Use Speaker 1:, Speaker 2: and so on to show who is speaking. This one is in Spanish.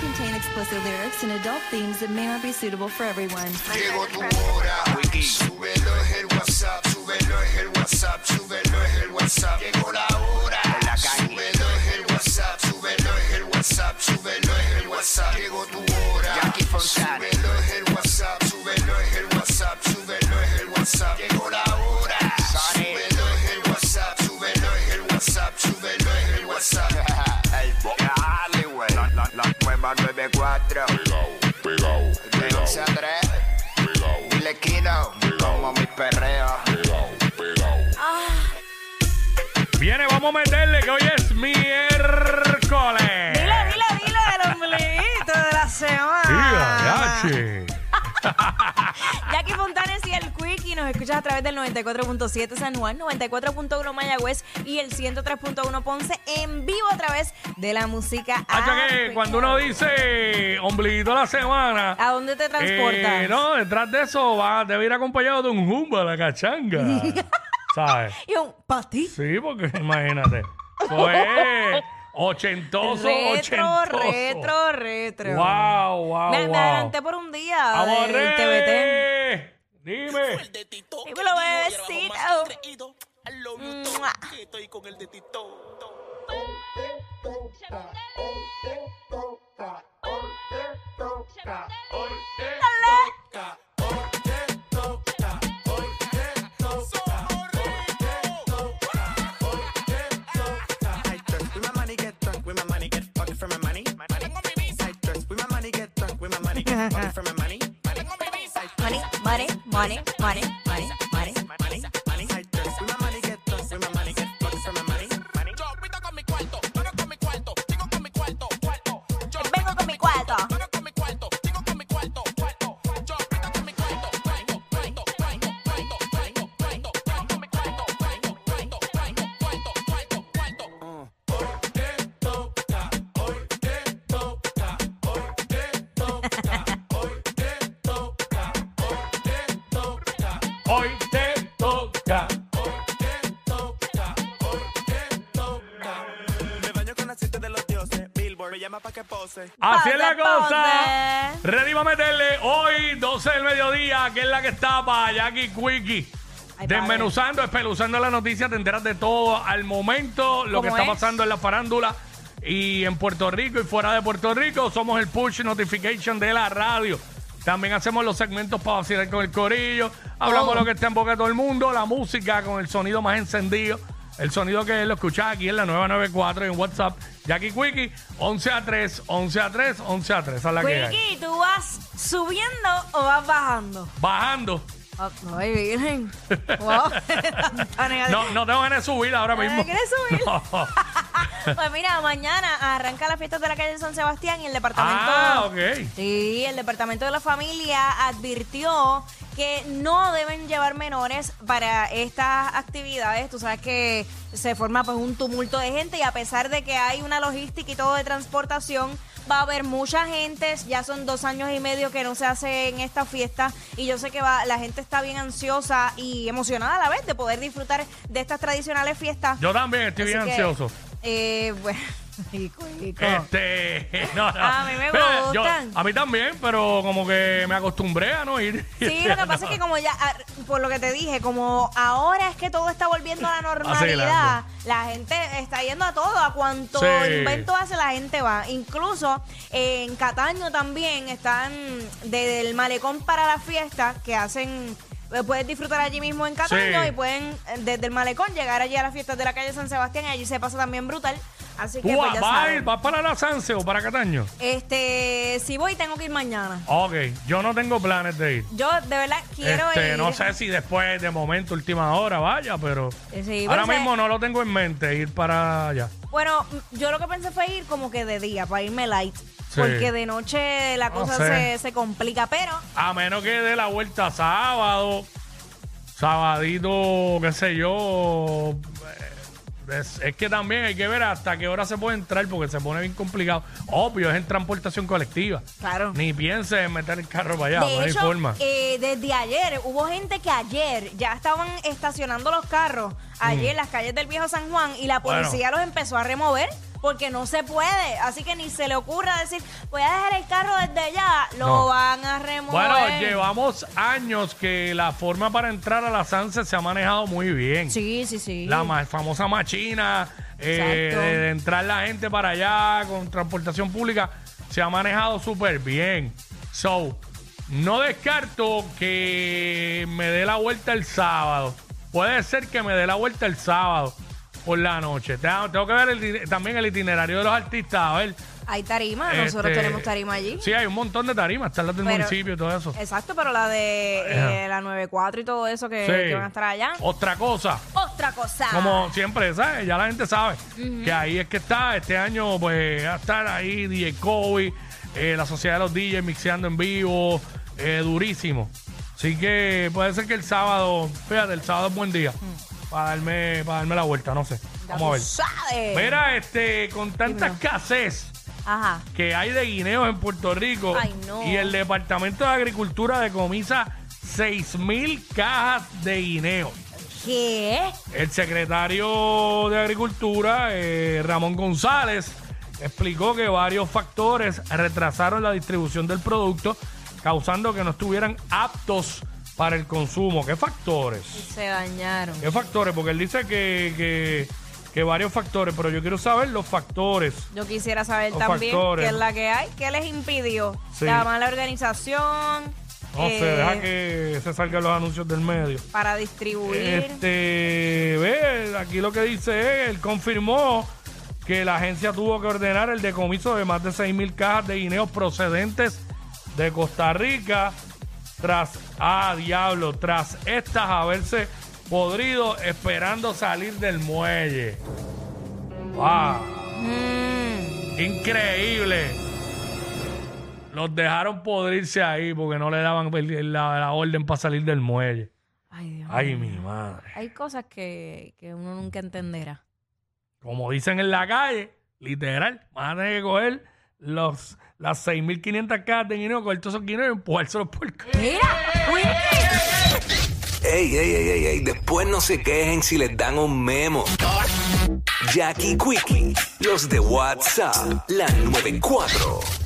Speaker 1: contain explicit lyrics and adult themes that may not be suitable for everyone.
Speaker 2: Llegó tu hora, Wiki. Súbelo en el WhatsApp, súbelo en el WhatsApp, súbelo en el WhatsApp. Llegó la hora, la Súbelo en el WhatsApp, súbelo en el WhatsApp, súbelo en el WhatsApp. Llegó tu hora, Jackie Fontana. Súbelo en el WhatsApp, súbelo en el WhatsApp, súbelo en el WhatsApp. Llegó la hora, súbelo en el WhatsApp, súbelo en el WhatsApp, súbelo en el WhatsApp.
Speaker 3: El Dale, güey. La, la, la nueva 94.
Speaker 4: pegao, pegao,
Speaker 3: De 11 a
Speaker 4: pegao,
Speaker 3: 3.
Speaker 4: pegao,
Speaker 3: Dile Kino. Como mis perreos.
Speaker 4: pegao, pegao.
Speaker 5: Viene, vamos a meterle que hoy es miércoles.
Speaker 6: Dilo, dilo, dilo, el ombliguito de la semana.
Speaker 5: Día, yache.
Speaker 6: Jackie Fontanes y el Quickie nos escuchas a través del 94.7 San Juan, 94.1 Mayagüez y el 103.1 Ponce en vivo a través de la música.
Speaker 5: Hacha que
Speaker 6: app.
Speaker 5: cuando uno dice ombliguito de la semana.
Speaker 6: pues ¿A dónde te transportas?
Speaker 5: Eh, no, detrás de eso va, debe ir acompañado de un jumba, la cachanga. ¿Sabes?
Speaker 6: Y un pati.
Speaker 5: Sí, porque imagínate. Eso es ochentoso,
Speaker 6: Retro,
Speaker 5: ochentoso.
Speaker 6: retro, retro.
Speaker 5: Wow, wow,
Speaker 6: Me, me
Speaker 5: wow. eh.
Speaker 6: adelanté por un día.
Speaker 5: ¡Vamos,
Speaker 6: del TBT.
Speaker 5: Rey! Dime.
Speaker 7: el de Tito.
Speaker 6: Dímelo, bebecito.
Speaker 7: creído. I love you,
Speaker 6: Mua.
Speaker 7: Tom. Que Estoy con el de Tito.
Speaker 8: Side dress, with my money get drunk, with my money get fucked from my money. Side dress, with my money get drunk, with my money get fucked from my money. Side
Speaker 6: Money, money, money, money, money, money.
Speaker 8: money, money. Side dress, with my money get drunk, with my money get fucked from my money. Money.
Speaker 7: Yo pito con mi cuarto, no no con mi cuarto, sigo con mi cuarto, cuarto. Yo
Speaker 6: Vengo con mi cuarto.
Speaker 7: no no con mi cuarto, sigo con mi cuarto, cuarto. Yo pito con mi cuarto, cuarto, cuarto, cuarto, cuarto, cuarto, cuarto, cuarto, con mi cuarto, cuarto, cuarto, cuarto, cuarto, cuarto, cuarto.
Speaker 5: Hoy te toca.
Speaker 8: Me baño con aceite de los dioses. Billboard me llama pa' que pose.
Speaker 5: Así es
Speaker 6: Ponte,
Speaker 5: la cosa.
Speaker 6: ponte.
Speaker 5: Ready para meterle hoy, 12 del mediodía, que es la que está para Jackie Quickie.
Speaker 6: Ay, padre.
Speaker 5: Desmenuzando, espeluzando la noticia, te enteras de todo al momento, lo que
Speaker 6: ¿Cómo
Speaker 5: está
Speaker 6: es?
Speaker 5: pasando en la farándula y en Puerto Rico y fuera de Puerto Rico. Somos el push notification de la radio. También hacemos los segmentos para vacilar con el corillo. Hablamos
Speaker 6: Todo.
Speaker 5: lo que está en boca de todo el mundo, la música con el sonido más encendido. El sonido que lo escuchás aquí en la 994 en WhatsApp. Jackie Quickie, 11 a 3, 11 a 3, 11 a 3. Esa es la que hay.
Speaker 6: Quickie, ¿tú vas subiendo o vas bajando?
Speaker 5: Bajando.
Speaker 6: Ah, no, ay, virgen. Wow. Está negativo.
Speaker 5: No, no tengo ganas de subir ahora
Speaker 6: Ah,
Speaker 5: mismo.
Speaker 6: ¿quieres subir?
Speaker 5: No.
Speaker 6: Pues mira, mañana arranca las fiestas de la calle de San Sebastián y el departamento.
Speaker 5: Ah, ok.
Speaker 6: Sí, el departamento de la familia advirtió que no deben llevar menores para estas actividades. Tú sabes que se forma pues un tumulto de gente y a pesar de que hay una logística y todo de transportación, va a haber mucha gente. Ya son dos años y medio que no se hace en esta fiesta y yo sé que va, la gente está bien ansiosa y emocionada a la vez de poder disfrutar de estas tradicionales fiestas.
Speaker 5: Yo también estoy bien
Speaker 6: Así que,
Speaker 5: ansioso.
Speaker 6: Eh, bueno, rico, rico.
Speaker 5: Este, no, no.
Speaker 6: Ah. A mí me
Speaker 5: Pero
Speaker 6: gustan.
Speaker 5: a mí también, pero como que me acostumbré a no ir.
Speaker 6: Sí, lo que pasa es que como ya, ah, por lo que te dije, como ahora es que todo está volviendo a la normalidad,
Speaker 5: Acelerando.
Speaker 6: la gente está yendo a todo, a cuanto
Speaker 5: Sí.
Speaker 6: invento hace la gente va. Incluso eh, en Cataño también están desde el malecón para la fiesta que hacen... eh, Puedes disfrutar allí mismo en Cataño
Speaker 5: Sí.
Speaker 6: y pueden eh, desde el malecón llegar allí a las fiestas de la calle San Sebastián y allí se pasa también brutal. Así que
Speaker 5: ¿Tú
Speaker 6: pues,
Speaker 5: vas,
Speaker 6: ya
Speaker 5: vas a
Speaker 6: saben.
Speaker 5: ir- vas para la Sanse o para Cataño?
Speaker 6: Este, si voy tengo que ir mañana.
Speaker 5: Ok, yo no tengo planes de ir.
Speaker 6: Yo de verdad quiero
Speaker 5: Este,
Speaker 6: ir.
Speaker 5: No sé si después, de momento, última hora, vaya, pero
Speaker 6: Eh, sí,
Speaker 5: ahora
Speaker 6: pero sé-
Speaker 5: mismo no lo tengo en mente, ir para allá.
Speaker 6: Bueno, m- yo lo que pensé fue ir como que de día, para irme light. Porque de noche la
Speaker 5: No
Speaker 6: cosa
Speaker 5: sé.
Speaker 6: se, se complica, pero
Speaker 5: A menos que dé la vuelta sábado, sabadito, qué sé yo. eh, Es, es que también hay que ver hasta qué hora se puede entrar porque se pone bien complicado. Obvio, es en transportación colectiva.
Speaker 6: claro.
Speaker 5: Ni pienses en meter el carro para allá, no
Speaker 6: de
Speaker 5: hay
Speaker 6: hecho,
Speaker 5: forma.
Speaker 6: eh, desde ayer hubo gente que ayer ya estaban estacionando los carros allí en las calles del viejo San Juan y la
Speaker 5: Mm. Bueno.
Speaker 6: policía los empezó a remover porque no se puede. Así que ni se le ocurra decir, voy a dejar el carro desde allá, lo
Speaker 5: No.
Speaker 6: van a remover.
Speaker 5: Bueno, llevamos años que la forma para entrar a la Sanse se ha manejado muy bien.
Speaker 6: Sí, sí, sí.
Speaker 5: La ma- famosa machina, eh,
Speaker 6: Exacto.
Speaker 5: de, de entrar la gente para allá con transportación pública, se ha manejado súper bien. So, no descarto que me dé la vuelta el sábado. Puede ser que me dé la vuelta el sábado por la noche. Te- Tengo, que ver el di- también el itinerario de los artistas, a ver.
Speaker 6: Hay tarima, Ah, nosotros
Speaker 5: este,
Speaker 6: tenemos tarima allí.
Speaker 5: Sí, hay un montón de tarimas, están las del
Speaker 6: Pero-
Speaker 5: municipio y todo eso. Ah,
Speaker 6: Exacto, pero la de eh,
Speaker 5: Ajá.
Speaker 6: la 94 y todo eso que,
Speaker 5: Sí. Oh.
Speaker 6: que van a estar allá.
Speaker 5: Otra cosa.
Speaker 6: Otra cosa.
Speaker 5: Como siempre, ¿sabes? Ya la gente sabe que ahí es que está. Este año, pues, va a estar ahí DJ Kobe, eh, la sociedad de los DJs mixeando en vivo, eh, durísimo. Así que puede ser que el sábado, fíjate, el sábado es buen día para, darme, para darme la vuelta, no sé.
Speaker 6: Ya tú
Speaker 5: Vamos a
Speaker 6: sabes.
Speaker 5: ver. Mira, este, con tanta escasez
Speaker 6: Ajá.
Speaker 5: que hay de guineos en Puerto Rico
Speaker 6: Ay, no.
Speaker 5: y el Departamento de Agricultura decomisa 6.000 cajas de guineos.
Speaker 6: ¿Qué?
Speaker 5: El secretario de Agricultura, eh, Ramón González, explicó que varios factores retrasaron la distribución del producto, causando que no estuvieran aptos para el consumo. ¿Qué factores?
Speaker 6: Se dañaron.
Speaker 5: ¿Qué factores? Porque él dice que, que- que varios factores, pero yo quiero saber los factores.
Speaker 6: Yo quisiera saber
Speaker 5: Los
Speaker 6: también
Speaker 5: factores.
Speaker 6: qué es la que hay, qué les impidió.
Speaker 5: Sí.
Speaker 6: La mala organización.
Speaker 5: No
Speaker 6: eh,
Speaker 5: se deja que se salgan los anuncios del medio.
Speaker 6: Para distribuir.
Speaker 5: Este, ve, aquí lo que dice es, él confirmó que la agencia tuvo que ordenar el decomiso de más de 6.000 cajas de guineos procedentes de Costa Rica tras, ah, diablo, tras estas haberse podrido esperando salir del muelle. ¡Wow!
Speaker 6: Mm,
Speaker 5: Increíble. Los dejaron podrirse ahí porque no le daban el- la- la orden para salir del muelle.
Speaker 6: Ay, Dios
Speaker 5: Ay,
Speaker 6: mío.
Speaker 5: mi madre.
Speaker 6: Hay cosas que, que uno nunca entenderá.
Speaker 5: como dicen en la calle, literal, van a tener que coger los, las 6.500 cajas de guineo, coger todos esos guineos y empujárselos por el c-
Speaker 6: ¡Mira! Wiki.
Speaker 9: Ey, ey, ey, ey, ey, después no se quejen si les dan un memo. Jackie Quickie, los de WhatsApp, la 94.